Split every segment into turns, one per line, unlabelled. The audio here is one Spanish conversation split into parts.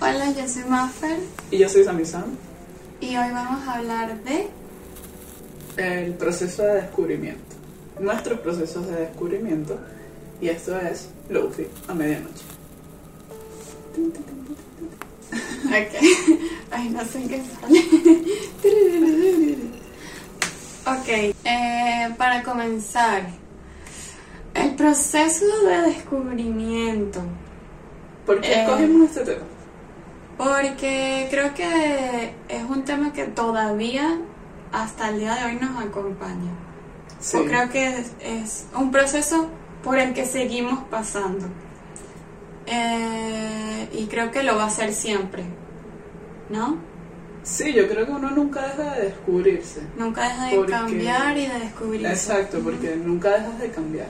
Hola, yo soy Maffer
Y yo soy Sami Sam.
y hoy vamos a hablar de
El proceso de descubrimiento. Nuestros procesos de descubrimiento. Y esto es Luffy a medianoche.
Ok. Ay, no sé en qué sale. ok. eh, para comenzar, el proceso de descubrimiento.
¿Por qué
Eh.
escogimos este tema?
Porque creo que es un tema que todavía hasta el día de hoy nos acompaña. Yo creo que es, es un proceso por el que seguimos pasando. Eh, y creo que lo va a ser siempre. ¿No?
Sí, yo creo que uno nunca deja de descubrirse.
Nunca deja de
Porque-
cambiar y de descubrir.
Exacto, porque nunca dejas de cambiar.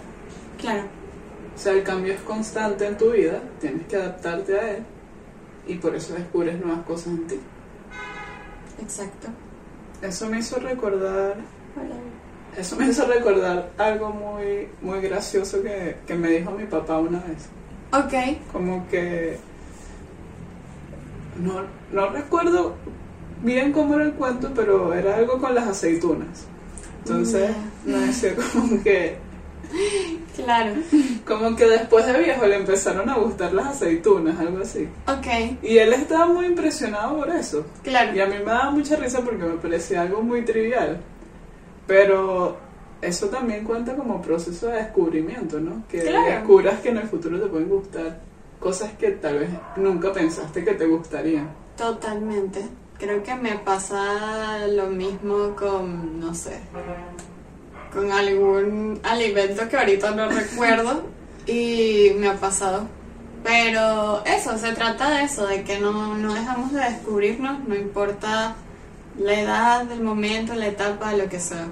Claro,
O sea, el cambio es constante en tu vida, tienes que adaptarte a él y por eso descubres nuevas cosas en ti.
exacto.
Eso me hizo recordar Eso me hizo recordar algo muy, muy gracioso que, que me dijo mi papá una vez.
Ok,
Como que no, no recuerdo bien cómo era el cuento, pero era algo con las aceitunas. Entonces me decía como que,
claro.
como que después de viejo le empezaron a gustar las aceitunas, algo así.
Ok,
Y él estaba muy impresionado por eso. Y
claro.
a mí me daba mucha risa porque me parecía algo muy trivial. Pero eso también cuenta como proceso de descubrimiento, ¿no? Que
Claro.
descubras que en el futuro te pueden gustar cosas que tal vez nunca pensaste que te gustarían.
Totalmente. Creo que me pasa lo mismo con, no sé, con algún alimento que ahorita no recuerdo y me ha pasado. Pero eso, se trata de eso, de que no, no dejamos de descubrirnos, no importa la edad, el momento, la etapa, lo que sea.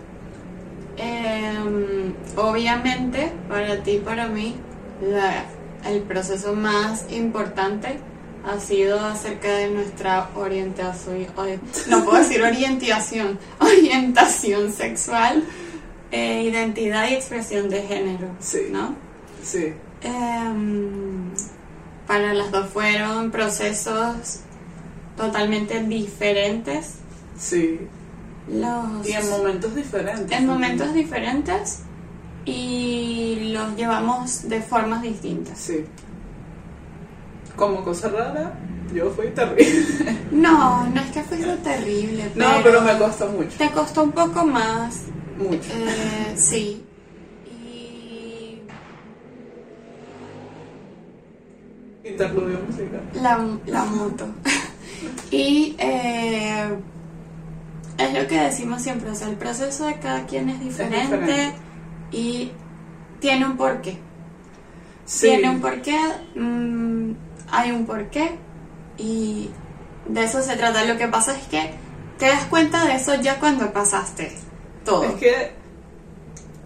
Em, obviamente, para ti, para mí, la- el proceso más importante ha sido acerca de nuestra orientación, ori- no puedo decir orientación, orientación sexual, eh, identidad y expresión de género,
Sí.
¿no?
Sí,
Em, para las dos fueron procesos totalmente diferentes.
sí.
Los
Y en momentos diferentes.
en momentos diferentes y los llevamos de formas distintas.
Sí. Como cosa rara, yo fui terrible.
No, no es que fuese terrible,
no, pero me costó mucho.
te costó un poco más,
Mucho.
eh, sí. Y Eh,
Interludio musical.
la, la moto. y eh, es lo que decimos siempre, o sea, el proceso de cada quien es diferente,
diferente.
y tiene un porqué.
Sí.
Tiene un porqué, mm, hay un porqué y de eso se trata. Lo que pasa es que te das cuenta de eso ya cuando pasaste todo.
Es que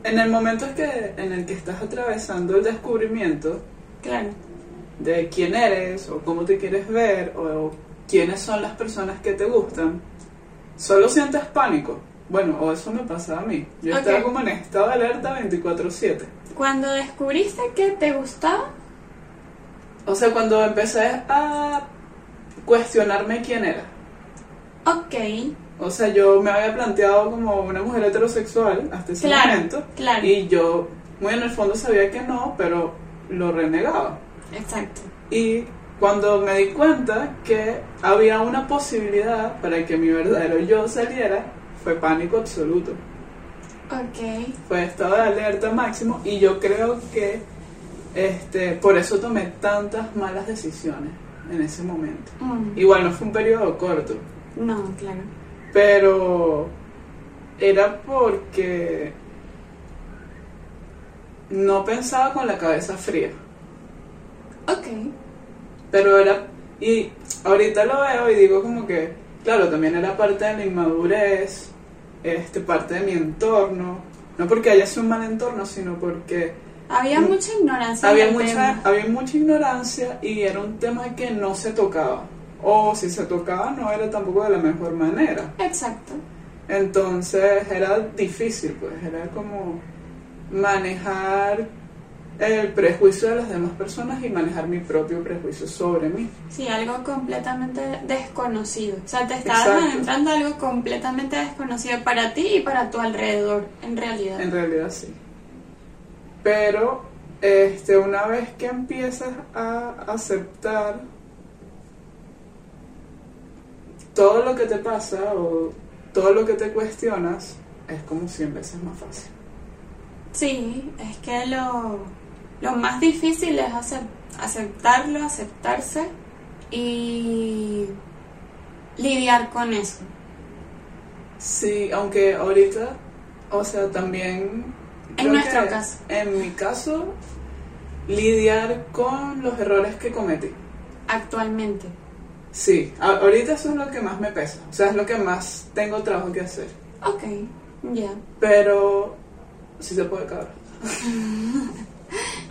en el momento es que, en el que estás atravesando el descubrimiento
Claro,
de quién eres o cómo te quieres ver o, quiénes son las personas que te gustan, solo sientes pánico. Bueno, o eso me pasaba a mí. Yo
Ok.
estaba como en estado de alerta 24/7.
cuando descubriste que te gustaba,
O sea, cuando empecé a cuestionarme quién era.
ok,
O sea, yo me había planteado como una mujer heterosexual hasta ese
Claro,
momento.
claro.
Y yo, muy en el fondo, sabía que no, pero lo renegaba.
exacto,
Y cuando me di cuenta que había una posibilidad para que mi verdadero yo saliera, fue pánico absoluto.
ok,
Fue estado de alerta máximo y yo creo que este, por eso tomé tantas malas decisiones en ese momento.
mm,
Igual no fue un periodo corto,
no, claro,
pero era porque no pensaba con la cabeza fría.
ok,
Pero era. Y ahorita lo veo y digo como que. Claro, también era parte de la inmadurez, este, parte de mi entorno. No porque haya sido un mal entorno, sino porque
había
Mm.
mucha ignorancia. en
había
el
mucha,
tema.
había mucha ignorancia y era un tema que no se tocaba. O si se tocaba, no era tampoco de la mejor manera.
Exacto,
Entonces era difícil, pues, era como manejar el prejuicio de las demás personas y manejar mi propio prejuicio sobre mí.
Sí, algo completamente desconocido. O sea, te estabas
Exacto.
enfrentando a algo completamente desconocido para ti y para tu alrededor, en realidad.
En realidad sí. Pero este, una vez que empiezas a aceptar todo lo que te pasa o todo lo que te cuestionas, es como 100 veces más fácil.
Sí, es que lo, lo más difícil es acep- aceptarlo, aceptarse y lidiar con eso.
Sí, aunque ahorita, o sea, también... creo
nuestro
que
caso.
En mi caso, lidiar con los errores que cometí.
Actualmente,
Sí, a- ahorita eso es lo que más me pesa. O sea, es lo que más tengo trabajo que hacer.
ok, ya.
Pero sí se puede acabar.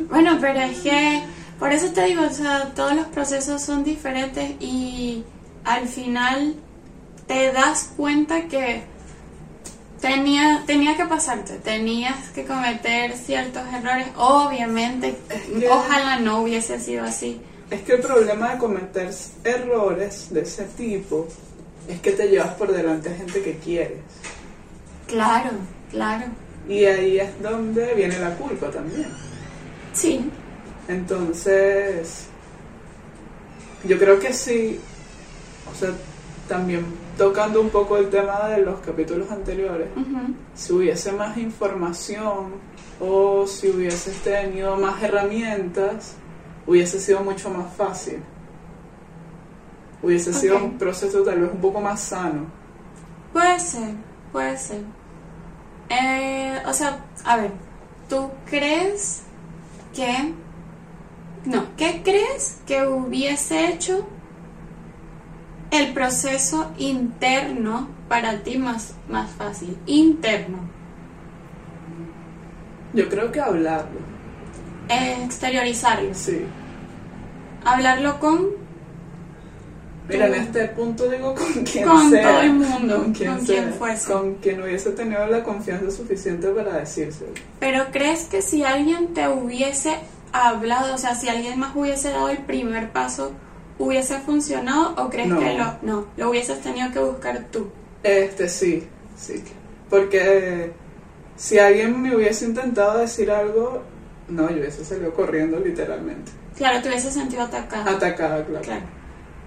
Bueno, pero es que, por eso te digo, o sea, todos los procesos son diferentes y al final te das cuenta que tenía, tenía que pasarte, tenías que cometer ciertos errores, obviamente,
que-
ojalá no hubiese sido así.
Es que el problema de cometer errores de ese tipo es que te llevas por delante a gente que quieres.
Claro, claro,
Y ahí es donde viene la culpa también.
sí,
Entonces, yo creo que sí, o sea, también tocando un poco el tema de los capítulos anteriores,
ujú,
si hubiese más información o si hubieses tenido más herramientas, hubiese sido mucho más fácil. Hubiese sido
Ok.
un proceso tal vez un poco más sano.
puede ser, puede ser. Eh, o sea, a ver, ¿tú crees que... No, ¿qué crees que hubiese hecho el proceso interno para ti más, más fácil? Interno.
Yo creo que hablarlo,
Eh, exteriorizarlo.
sí.
Hablarlo con,
Mira, en
Tú.
este punto digo con quien
con
sea.
todo el mundo, con quien,
sea,
fuese.
Con quien hubiese tenido la confianza suficiente para decírselo.
Pero crees que si alguien te hubiese hablado, o sea, si alguien más hubiese dado el primer paso, hubiese funcionado o crees
No.
que lo, no, lo hubieses tenido que buscar tú?
Este sí, sí. Porque si alguien me hubiese intentado decir algo, no, yo hubiese salido corriendo literalmente.
Claro, te hubiese sentido atacado.
Atacada, claro.
Claro.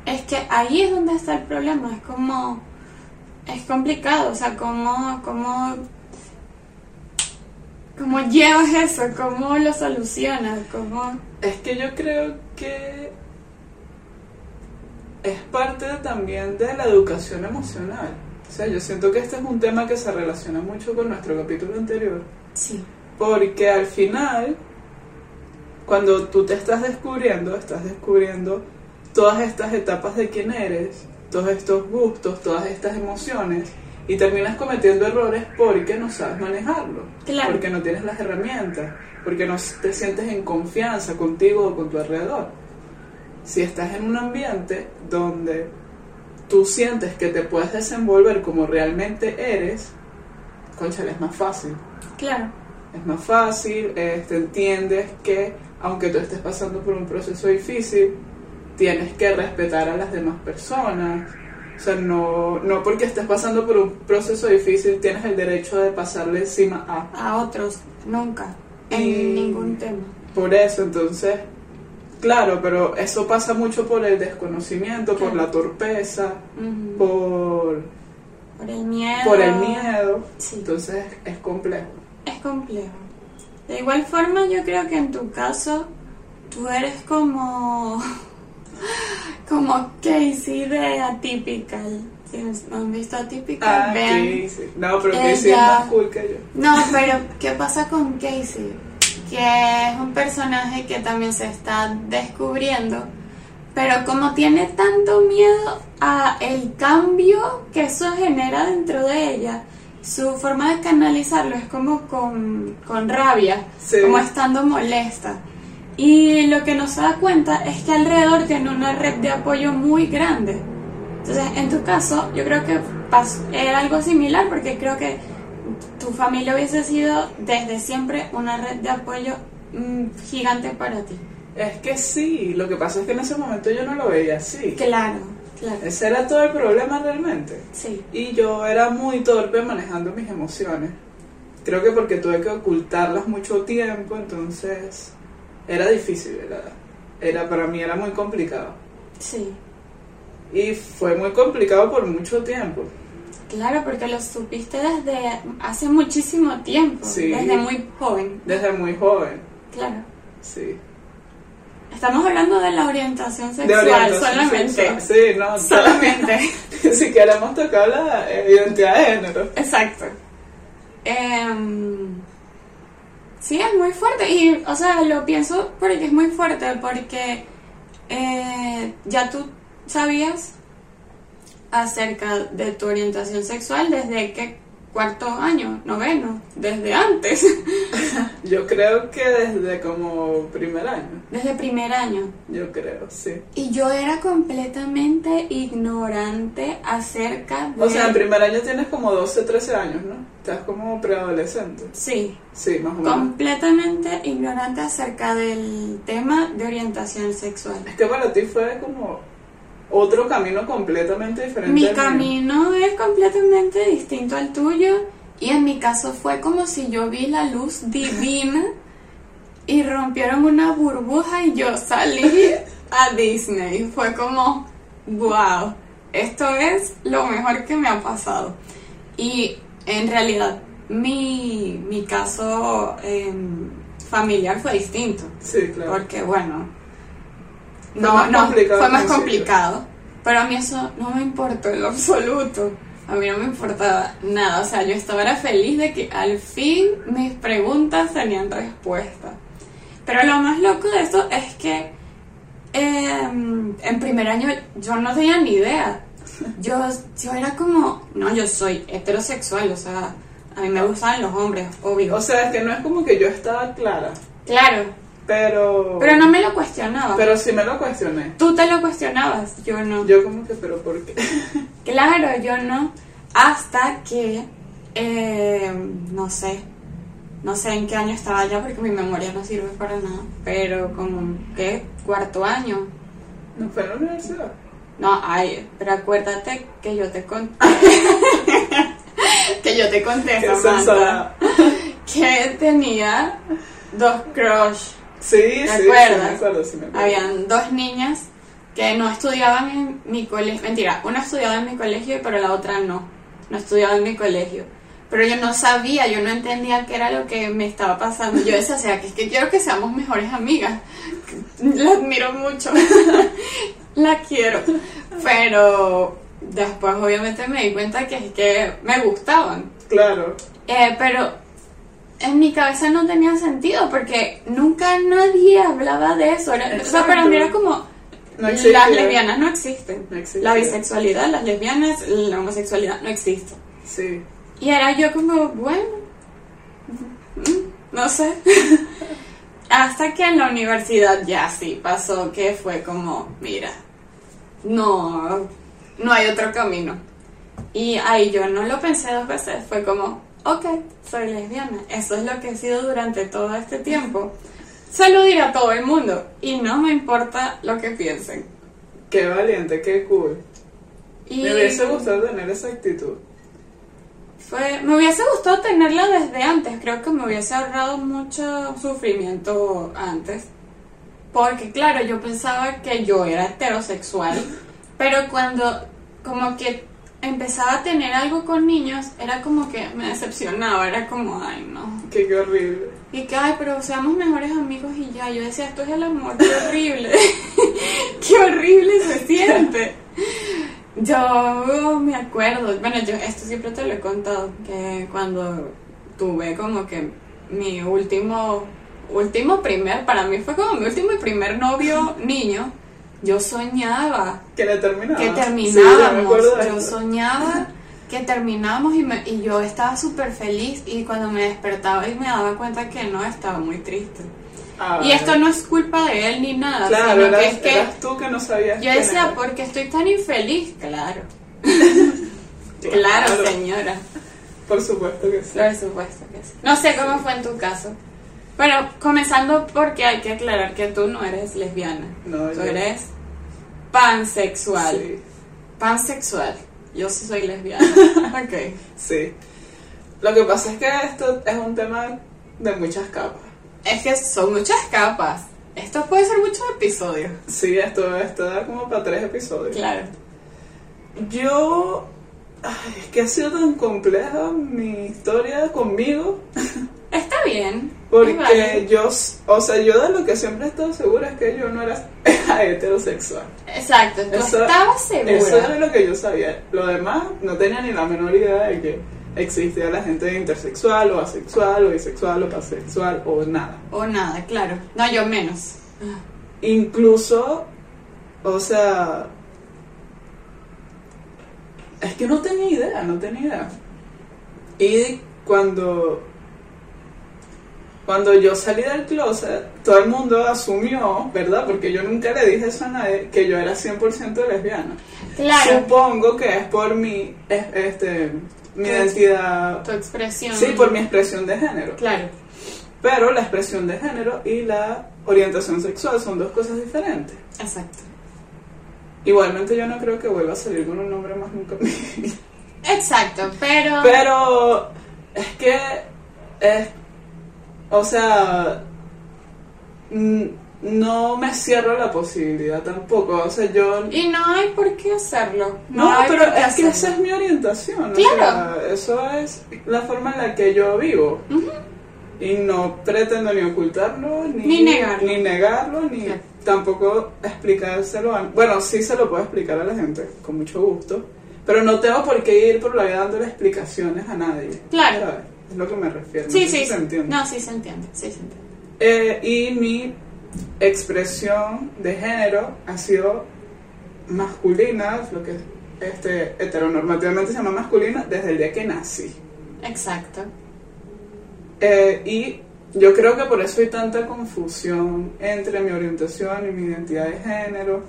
Es que ahí es donde está el problema, es como, es complicado, o sea, cómo, cómo, cómo llevas eso, cómo lo solucionas, cómo...
Es que yo creo que es parte también de la educación emocional. O sea, yo siento que este es un tema que se relaciona mucho con nuestro capítulo anterior.
Sí,
Porque al final, cuando tú te estás descubriendo, estás descubriendo todas estas etapas de quién eres, todos estos gustos, todas estas emociones, y terminas cometiendo errores porque no sabes manejarlo,
Claro.
porque no tienes las herramientas, porque no te sientes en confianza contigo o con tu alrededor. Si estás en un ambiente donde tú sientes que te puedes desenvolver como realmente eres, concha, es más fácil
claro.
es más fácil, este, entiendes que aunque tú estés pasando por un proceso difícil, tienes que respetar a las demás personas. O sea, no, no porque estés pasando por un proceso difícil tienes el derecho de pasarle encima a.
a otros, nunca, en
Y-
ningún tema.
Por eso, entonces, claro, pero eso pasa mucho por el desconocimiento, por
Claro.
la torpeza,
Ujú.
por,
Por el miedo.
por el miedo.
Sí,
Entonces es complejo.
es complejo. De igual forma, yo creo que en tu caso, tú eres como. como Casey de Atypical. Si no han visto Atypical,
Ah,
vean.
sí, sí. No, pero que sí es
Ella-
más cool que yo.
No, pero ¿qué pasa con Casey? Que es un personaje que también se está descubriendo, pero como tiene tanto miedo a el cambio que eso genera dentro de ella, su forma de canalizarlo es como con, con rabia,
Sí.
como estando molesta. Y lo que no se da cuenta es que alrededor tiene una red de apoyo muy grande. Entonces, en tu caso, yo creo que pas- era algo similar porque creo que tu familia hubiese sido desde siempre una red de apoyo
Mm,
gigante para ti.
es que sí, lo que pasa es que en ese momento yo no lo veía así.
Claro, claro.
Ese era todo el problema realmente.
Sí.
Y yo era muy torpe manejando mis emociones. Creo que porque tuve que ocultarlas mucho tiempo, entonces era difícil, era, era para mí era muy complicado.
Sí.
Y fue muy complicado por mucho tiempo.
Claro, porque lo supiste desde hace muchísimo tiempo,
Sí.
desde muy joven.
Desde muy joven,
Claro.
sí.
Estamos hablando de la orientación sexual
orientación
solamente.
sexual, Sí, no,
Solamente.
ni siquiera hemos tocado la eh, identidad de género.
Exacto. Em, sí, es muy fuerte. Y, o sea, lo pienso porque es muy fuerte, porque eh, ya tú sabías acerca de tu orientación sexual desde que cuarto año, noveno, desde antes,
Yo creo que desde como primer año,
desde primer año.
yo creo, sí.
Y yo era completamente ignorante acerca de...
O sea, en primer año tienes como 12, 13 años, ¿no? Estás como preadolescente.
Sí,
Sí, más o menos.
completamente ignorante acerca del tema de orientación sexual.
Es que para ti fue como otro camino completamente diferente.
Mi
al mío.
camino es completamente distinto al tuyo y en mi caso fue como si yo vi la luz divina y rompieron una burbuja y yo salí a Disney. Fue como, wow, esto es lo mejor que me ha pasado. Y en realidad mi, mi caso em, familiar fue distinto.
Sí, claro.
Porque bueno,
Fue
no,
más
no,
complicado
fue
al
más
principio.
complicado. Pero a mí eso no me importó en lo absoluto. A mí no me importaba nada. O sea, yo estaba era feliz de que al fin mis preguntas tenían respuesta. Pero lo más loco de esto es que eh, en primer año yo no tenía ni idea. Yo, yo era como, no, yo soy heterosexual, o sea, a mí me gustaban los hombres, obvio.
O sea, es que no es como que yo estaba clara,
Claro,
pero.
pero no me lo cuestionaba.
Pero sí me lo cuestioné.
Tú te lo cuestionabas, yo no.
Yo, como que, ¿pero por qué?
Claro, yo no. Hasta que, eh, no sé, no sé en qué año estaba ya porque mi memoria no sirve para nada, pero como, ¿qué? Cuarto año.
¿No fue a la universidad?
No, ay, pero acuérdate que yo te conté. que yo te conté,
Qué
Samantha,
sensada.
que tenía dos crush.
Sí, sí,
¿Te
sí,
acuerdas?
me acuerdo, sí me acuerdo.
Habían dos niñas que no estudiaban en mi colegio. Mentira, una estudiaba en mi colegio, pero la otra no. No estudiaba en mi colegio. Pero yo no sabía, yo no entendía qué era lo que me estaba pasando. Yo decía, o sea, que es que quiero que seamos mejores amigas. La admiro mucho. la quiero. Pero después obviamente me di cuenta que es que me gustaban.
Claro,
Eh, pero en mi cabeza no tenía sentido porque nunca nadie hablaba de eso. Era- o sea,
Exacto.
para mí era como
no existía.
las lesbianas no existen.
No existía.
La bisexualidad, las lesbianas, la homosexualidad no existe.
Sí,
Y era yo como, bueno, mm, no sé. Hasta que en la universidad ya sí pasó que fue como, mira, no, no hay otro camino. Y ahí yo no lo pensé dos veces, fue como, ok, soy lesbiana, eso es lo que he sido durante todo este tiempo. Se lo diré a todo el mundo y no me importa lo que piensen.
qué valiente, qué cool.
Y
Me hubiese gustado tener esa actitud.
Fue, me hubiese gustado tenerla desde antes, creo que me hubiese ahorrado mucho sufrimiento antes. Porque claro, yo pensaba que yo era heterosexual, pero cuando como que empezaba a tener algo con niños, era como que me decepcionaba, era como, ay no.
Qué, qué horrible.
Y que, ay, pero seamos mejores amigos y ya, yo decía, esto es el amor, qué horrible, qué horrible se siente. Yo uh, me acuerdo, bueno, yo esto siempre te lo he contado, que cuando tuve como que mi último, último primer, para mí fue como mi último y primer novio niño, yo soñaba
Que le terminaba.
que
Sí, yo me
terminábamos.
acuerdo de
yo
esto.
soñaba que terminábamos y, me- y yo estaba súper feliz y cuando me despertaba y me daba cuenta que no, estaba muy triste.
Ah,
Y esto
vale.
no es culpa de él ni nada,
Claro,
sino
eras,
que es que
eras tú que no sabías.
yo
quién
decía,
era.
¿por qué estoy tan infeliz? Claro. pues, claro, señora.
Por supuesto que sí.
Por supuesto que sí. No sé cómo fue en tu caso. Pero comenzando porque hay que aclarar que tú no eres lesbiana.
No,
Tú
yo-
eres pansexual.
Sí,
Pansexual. Yo sí soy lesbiana. ok.
sí. Lo que pasa es que esto es un tema de muchas capas.
Es que son muchas capas. Esto puede ser muchos episodios.
Sí, esto, esto da como para tres episodios.
Claro.
Yo. ay, es que ha sido tan compleja mi historia conmigo.
Está bien. es
Porque
válido.
yo. s- O sea, yo de lo que siempre he estado segura es que yo no era heterosexual.
Exacto. Tú
Eso-
estabas segura.
Eso era lo que yo sabía. Lo demás, no tenía ni la menor idea de que existía la gente intersexual, o asexual, o bisexual, o pansexual, o nada.
O nada, claro. No, yo menos.
Incluso, o sea, es que no tenía idea, no tenía idea. Y cuando, cuando yo salí del closet, todo el mundo asumió, ¿verdad? Porque yo nunca le dije eso a nadie, que yo era 100% lesbiana.
Claro.
Supongo que es por mi, es- este, mi
Sí.
identidad,
Tu expresión.
sí, por mi expresión de género.
Claro.
Pero la expresión de género y la orientación sexual son dos cosas diferentes.
Exacto.
Igualmente yo no creo que vuelva a salir con un hombre más nunca. en mi vida.
Exacto, pero.
Pero es que es, o sea, mm, no me cierro la posibilidad tampoco. O sea, yo
Y no hay por qué hacerlo.
no,
hay
pero
por qué
es que esa
hacerlo.
es mi orientación. o
Claro.
sea, eso es la forma en la que yo vivo.
Ujú.
Y no pretendo ni ocultarlo, ni,
Ni negarlo.
ni, negarlo, ni
Claro.
tampoco explicárselo. A, bueno, sí se lo puedo explicar a la gente, con mucho gusto. Pero no tengo por qué ir por la vida dándole explicaciones a nadie.
Claro.
¿sabes? Es lo que me refiero.
Sí,
no sé
sí.
si se
sí.
entiende.
No, sí se entiende. Sí se entiende.
Eh, y mi expresión de género ha sido masculina, lo que este, heteronormativamente se llama masculina, desde el día que nací.
Exacto.
Eh, y yo creo que por eso hay tanta confusión entre mi orientación y mi identidad de género.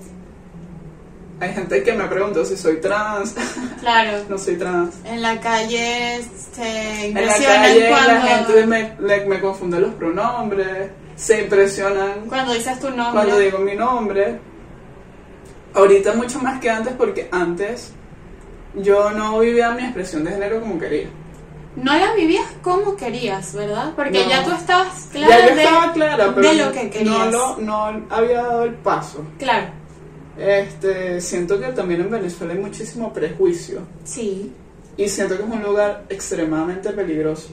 Hay gente que me pregunta si soy trans,
Claro.
no soy trans.
En la calle se
En la
impresionan
calle la
cuando,
gente me, le- me confunde los pronombres, se impresionan
cuando dices tu nombre.
cuando digo mi nombre. Ahorita mucho más que antes porque antes yo no vivía mi expresión de género como quería.
No la vivías como querías, ¿verdad? Porque
No.
ya tú estabas clara
ya yo
de,
estaba clara, pero
de lo que
no,
querías.
lo- no había dado el paso.
Claro.
Este, siento que también en Venezuela hay muchísimo prejuicio
Sí.
y siento que es un lugar extremadamente peligroso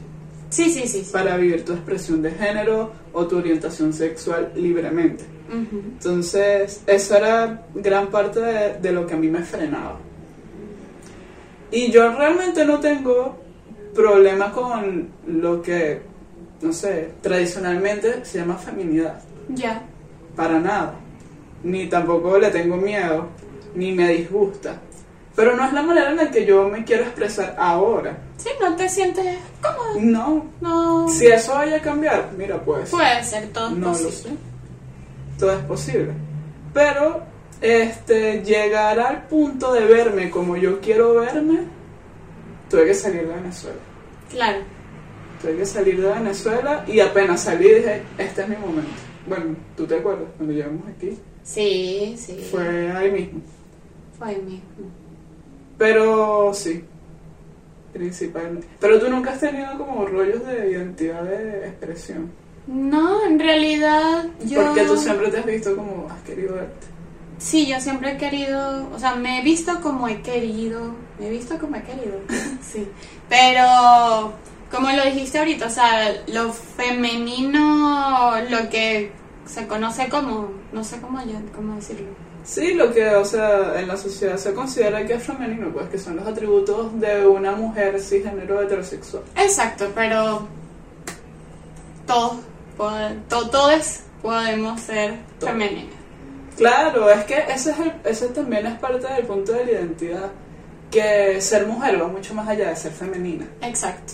Sí, sí, sí. sí.
para vivir tu expresión de género o tu orientación sexual libremente.
Ujú.
Entonces, eso era gran parte de, de lo que a mí me frenaba. Y yo realmente no tengo problema con lo que, no sé, tradicionalmente se llama feminidad.
Ya.
Para nada. Ni tampoco le tengo miedo, ni me disgusta. Pero no es la manera en la que yo me quiero expresar ahora.
Sí, no te sientes cómoda.
No.
No.
Si eso vaya a cambiar, mira pues.
Puede ser todo
No lo
posible.
todo es posible. Pero este llegar al punto de verme como yo quiero verme, tuve que salir de Venezuela.
Claro.
Tuve que salir de Venezuela y apenas salí dije, este es mi momento. Bueno, tú te acuerdas, cuando llegamos aquí,
Sí, sí.
fue ahí mismo.
Fue mismo.
Pero sí, principalmente. Pero tú nunca has tenido como rollos de identidad de expresión.
No, en realidad yo...
Porque tú siempre te has visto como has querido verte.
Sí, yo siempre he querido, o sea, me he visto como he querido, me he visto como he querido, sí. Pero, como lo dijiste ahorita, o sea, lo femenino, lo que se conoce como, no sé cómo, ya- cómo decirlo.
Sí, lo que, o sea, en la sociedad se considera que es femenino, pues que son los atributos de una mujer cisgénero heterosexual.
Exacto, pero todos, pod- to- todos podemos ser
Todos.
femeninas.
Claro, es que ese, es el- ese también es parte del punto de la identidad, que ser mujer va mucho más allá de ser femenina.
Exacto,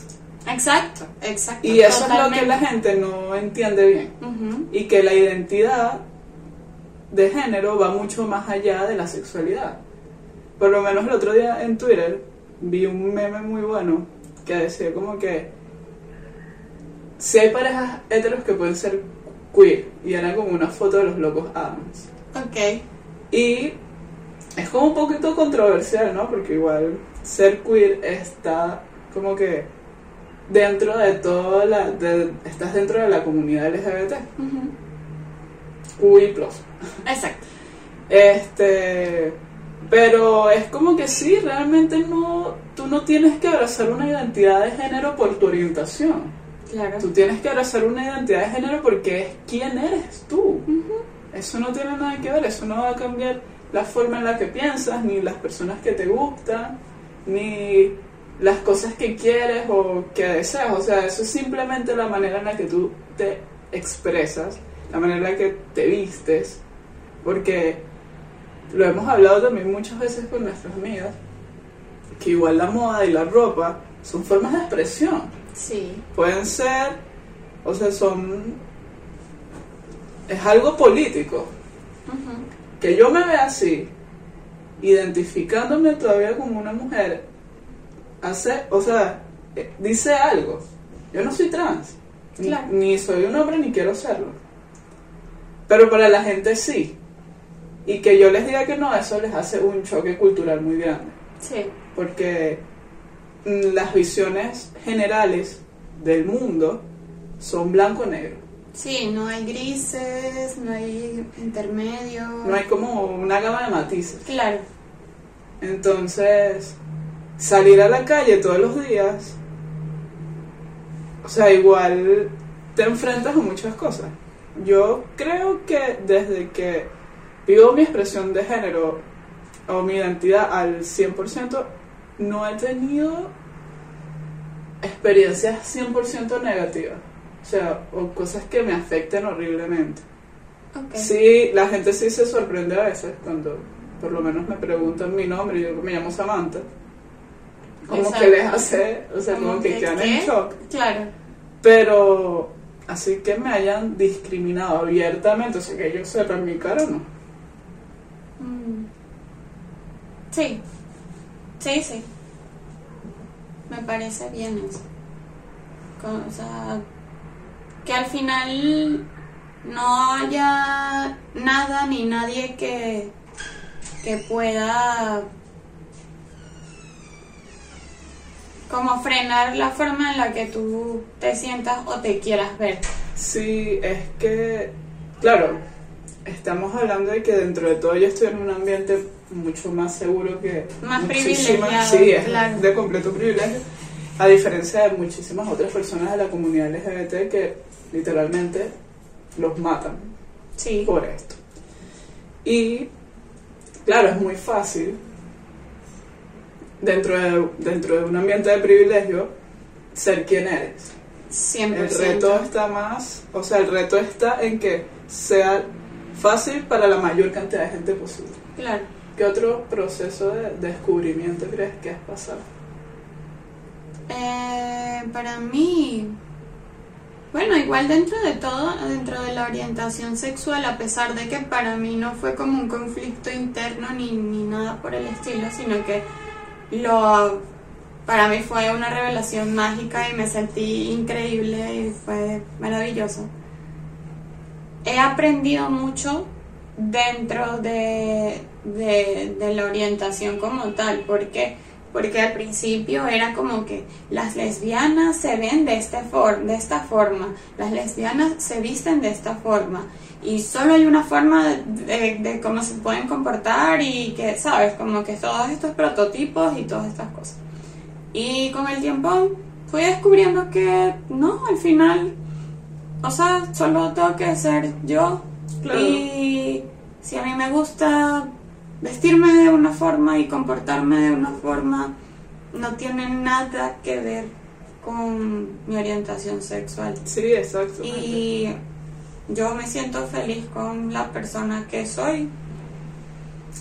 exacto, exacto.
Y eso es lo que
totalmente.
la gente no entiende bien.
Ujú,
Y que la identidad de género va mucho más allá de la sexualidad. Por lo menos el otro día en Twitter vi un meme muy bueno que decía como que si hay parejas heteros que pueden ser queer, y era como una foto de los locos Adams.
Ok.
Y es como un poquito controversial, ¿no? Porque igual ser queer está como que dentro de toda la... de- estás dentro de la comunidad LGBT,
Ujú.
QI+. plus.
Exacto.
Este, pero es como que sí, realmente no, tú no tienes que abrazar una identidad de género por tu orientación.
Claro.
Tú tienes que abrazar una identidad de género porque es quién eres tú. Eso no tiene nada que ver, eso no va a cambiar la forma en la que piensas, ni las personas que te gustan, ni las cosas que quieres o que deseas. O sea, eso es simplemente la manera en la que tú te expresas, la manera en la que te vistes, porque lo hemos hablado también muchas veces con nuestras amigas, que igual la moda y la ropa son formas de expresión
Sí.
pueden ser, o sea, son, es algo político,
Ujú.
que yo me vea así, identificándome todavía como una mujer, hace, o sea, eh, dice algo, yo no soy trans, ni-
Claro.
ni, soy un hombre ni quiero serlo, pero para la gente sí, y que yo les diga que no, eso les hace un choque cultural muy grande
Sí.
porque mm, las visiones generales del mundo son blanco-negro.
Sí, no hay grises, no hay intermedios.
No hay como una gama de matices.
Claro.
Entonces, salir a la calle todos los días, o sea, igual te enfrentas a muchas cosas. Yo creo que desde que vivo mi expresión de género o mi identidad al 100%, no he tenido experiencias 100% negativas. O sea, o cosas que me afecten horriblemente.
Ok.
Sí, la gente sí se sorprende a veces cuando por lo menos me preguntan mi nombre, yo me llamo Samantha. Como
Exacto.
que les hace, o sea, como,
Como
que,
que,
quedan en
¿qué?
shock.
Claro.
Pero así que me hayan discriminado abiertamente, o sea, que yo sepa mi cara, no.
Mm. Sí. Sí, sí. Me parece bien eso. Co- o sea, que al final no haya nada ni nadie que, que pueda como frenar la forma en la que tú te sientas o te quieras ver.
Sí, es que, claro, estamos hablando de que dentro de todo yo estoy en un ambiente mucho más seguro que
Más
muchísimas-
privilegiado,
sí, es
claro.
de completo privilegio, a diferencia de muchísimas otras personas de la comunidad LGBT que literalmente los matan
Sí.
por esto. Y claro, es muy fácil dentro de, dentro de un ambiente de privilegio ser quien eres.
Siempre.
El reto está más, o sea, el reto está en que sea fácil para la mayor cantidad de gente posible.
Claro.
¿Qué otro proceso de descubrimiento crees que has pasado?
Eh, para mí, bueno, igual dentro de todo, dentro de la orientación sexual, a pesar de que para mí no fue como un conflicto interno ni, ni nada por el estilo, sino que lo para mí fue una revelación mágica y me sentí increíble y fue maravilloso. He aprendido mucho dentro de, de, de la orientación como tal, porque porque al principio era como que las lesbianas se ven de, este for- de esta forma, las lesbianas se visten de esta forma, y solo hay una forma de, de cómo se pueden comportar y que, sabes, como que todos estos prototipos y todas estas cosas. Y con el tiempo fui descubriendo que no, al final, o sea, solo tengo que ser yo.
Claro.
Y si a mí me gusta vestirme de una forma y comportarme de una forma, no tiene nada que ver con mi orientación sexual.
Sí, exacto.
Y yo me siento feliz con la persona que soy.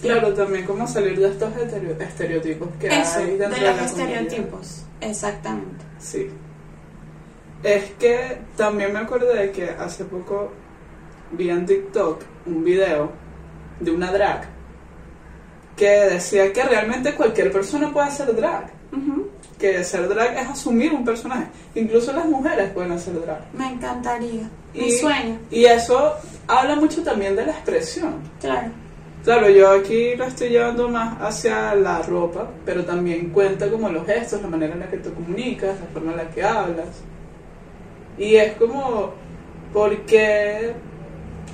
Claro, también cómo salir de estos estereo- estereotipos que
Eso,
hay
de
dentro
los
la comunidad.
estereotipos. Exactamente.
Sí. Es que también me acordé de que hace poco vi en TikTok un video de una drag que decía que realmente cualquier persona puede hacer drag.
Ujú,
que ser drag es asumir un personaje. Incluso las mujeres pueden hacer drag.
Me encantaría. Mi
Y-
sueño,
Y eso habla mucho también de la expresión.
claro.
Claro, yo aquí lo estoy llevando más hacia la ropa, pero también cuenta como los gestos, la manera en la que te comunicas, la forma en la que hablas. Y es como, porque,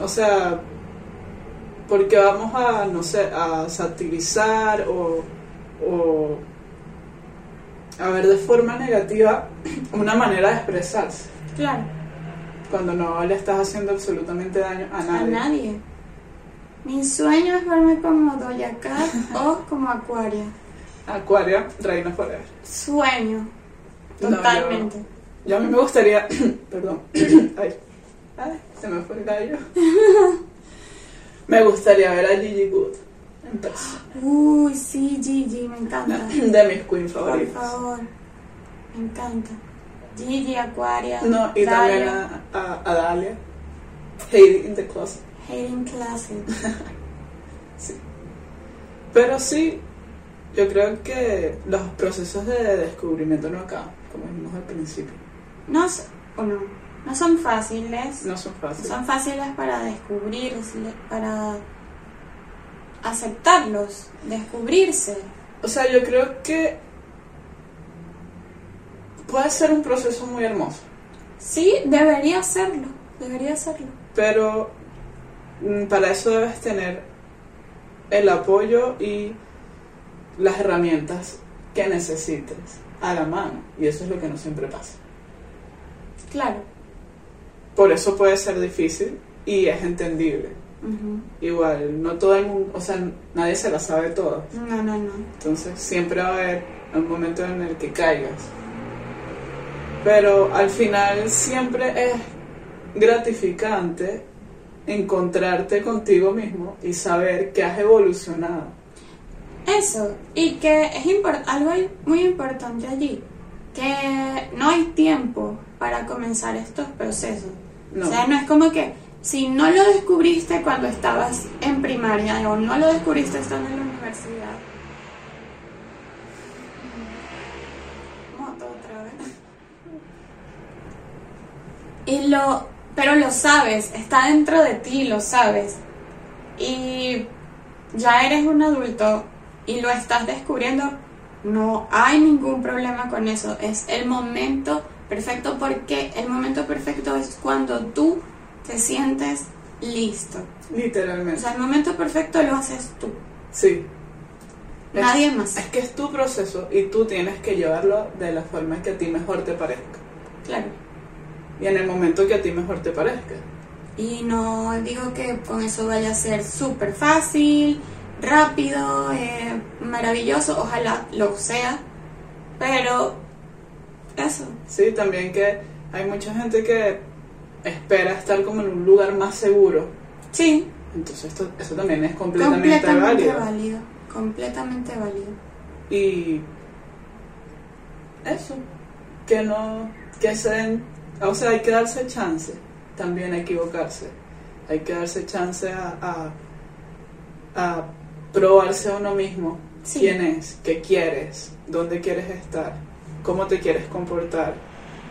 o sea, porque vamos a, no sé, a satirizar o, o a ver de forma negativa una manera de expresarse,
Claro,
cuando no le estás haciendo absolutamente daño a
a
nadie.
nadie. Mi sueño es verme como Doja Cat o como Acuaria.
Acuario, reina forever.
Sueño.
No,
Totalmente.
Yo a mí me gustaría, perdón, ay, ay, se me fue el gallo. me gustaría ver a Gigi Good en persona,
Uy, sí, Gigi, me encanta.
de mis queens
Ah. Por
favoritas.
favor. Me encanta. Gigi, Acuaria.
No, y también ah,
Daria,
a, a, a Dalia, Heidi in the Closet.
Hating Classic.
Pero sí, yo creo que los procesos de descubrimiento no acaban, como dijimos al principio,
No, s- o no, no son fáciles.
no son
No
fáciles.
Son fáciles para descubrirse, para aceptarlos, descubrirse.
O sea, yo creo que puede ser un proceso muy hermoso.
Sí, debería hacerlo. Debería hacerlo.
pero mm, para eso debes tener el apoyo y las herramientas que necesites a la mano y eso es lo que no siempre pasa
Claro.
por eso puede ser difícil y es entendible igual no todo el mundo o sea nadie se la sabe todo
No, no, no.
entonces siempre va a haber un momento en el que caigas pero al final siempre es gratificante encontrarte contigo mismo y saber que has evolucionado.
Eso, y que es impor- algo muy importante allí, que no hay tiempo para comenzar estos procesos.
No,
O sea, no es como que si no lo descubriste cuando estabas en primaria o no lo descubriste estando en la universidad. Moto otra vez. Y lo, pero lo sabes, está dentro de ti, lo sabes. Y ya eres un adulto y lo estás descubriendo. No hay ningún problema con eso. Es el momento perfecto porque el momento perfecto es cuando tú te sientes listo. O
literalmente.
sea, el momento perfecto lo haces tú,
Sí. Es-
nadie más.
Es que es tu proceso y tú tienes que llevarlo de la forma que a ti mejor te parezca.
Claro.
Y en el momento que a ti mejor te parezca.
Y no digo que con eso vaya a ser súper fácil, rápido, eh, maravilloso, ojalá lo sea. Pero eso,
Sí, también que hay mucha gente que espera estar como en un lugar más seguro.
sí,
Entonces esto, eso también es completamente,
completamente
válido.
válido. Completamente válido.
Y eso, que no, que se den, o sea, hay que darse chance también a equivocarse, hay que darse chance a, a, a probarse a uno mismo
Sí.
quién es, qué quieres, dónde quieres estar, cómo te quieres comportar,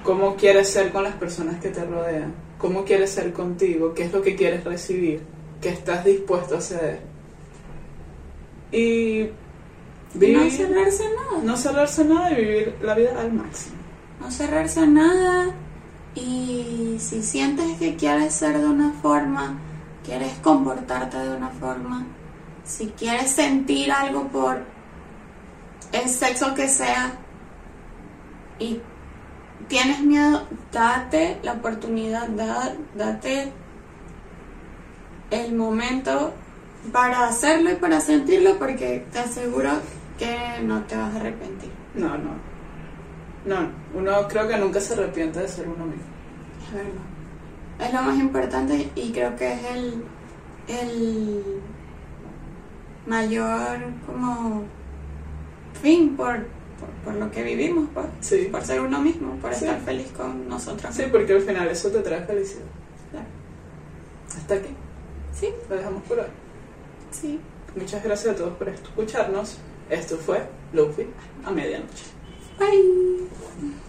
cómo quieres ser con las personas que te rodean, cómo quieres ser contigo, qué es lo que quieres recibir, qué estás dispuesto a ceder. Y
Y no
vivir-
cerrarse a nada.
no cerrarse a nada y vivir la vida al máximo.
No cerrarse a nada. Y si sientes que quieres ser de una forma, quieres comportarte de una forma, si quieres sentir algo por el sexo que sea y tienes miedo, date la oportunidad, da- date el momento para hacerlo y para sentirlo porque te aseguro que no te vas a arrepentir.
No, no. No, uno creo que nunca se arrepiente de ser uno mismo.
Es verdad. Es lo más importante y creo que es el, el mayor como fin por, por, por lo que vivimos, por,
Sí.
por ser uno mismo, por
Sí.
estar feliz con nosotros.
Sí, porque al final eso te trae felicidad.
Claro.
Hasta aquí,
sí,
lo dejamos por hoy.
sí.
Muchas gracias a todos por escucharnos. Esto fue Luffy a medianoche.
Bye.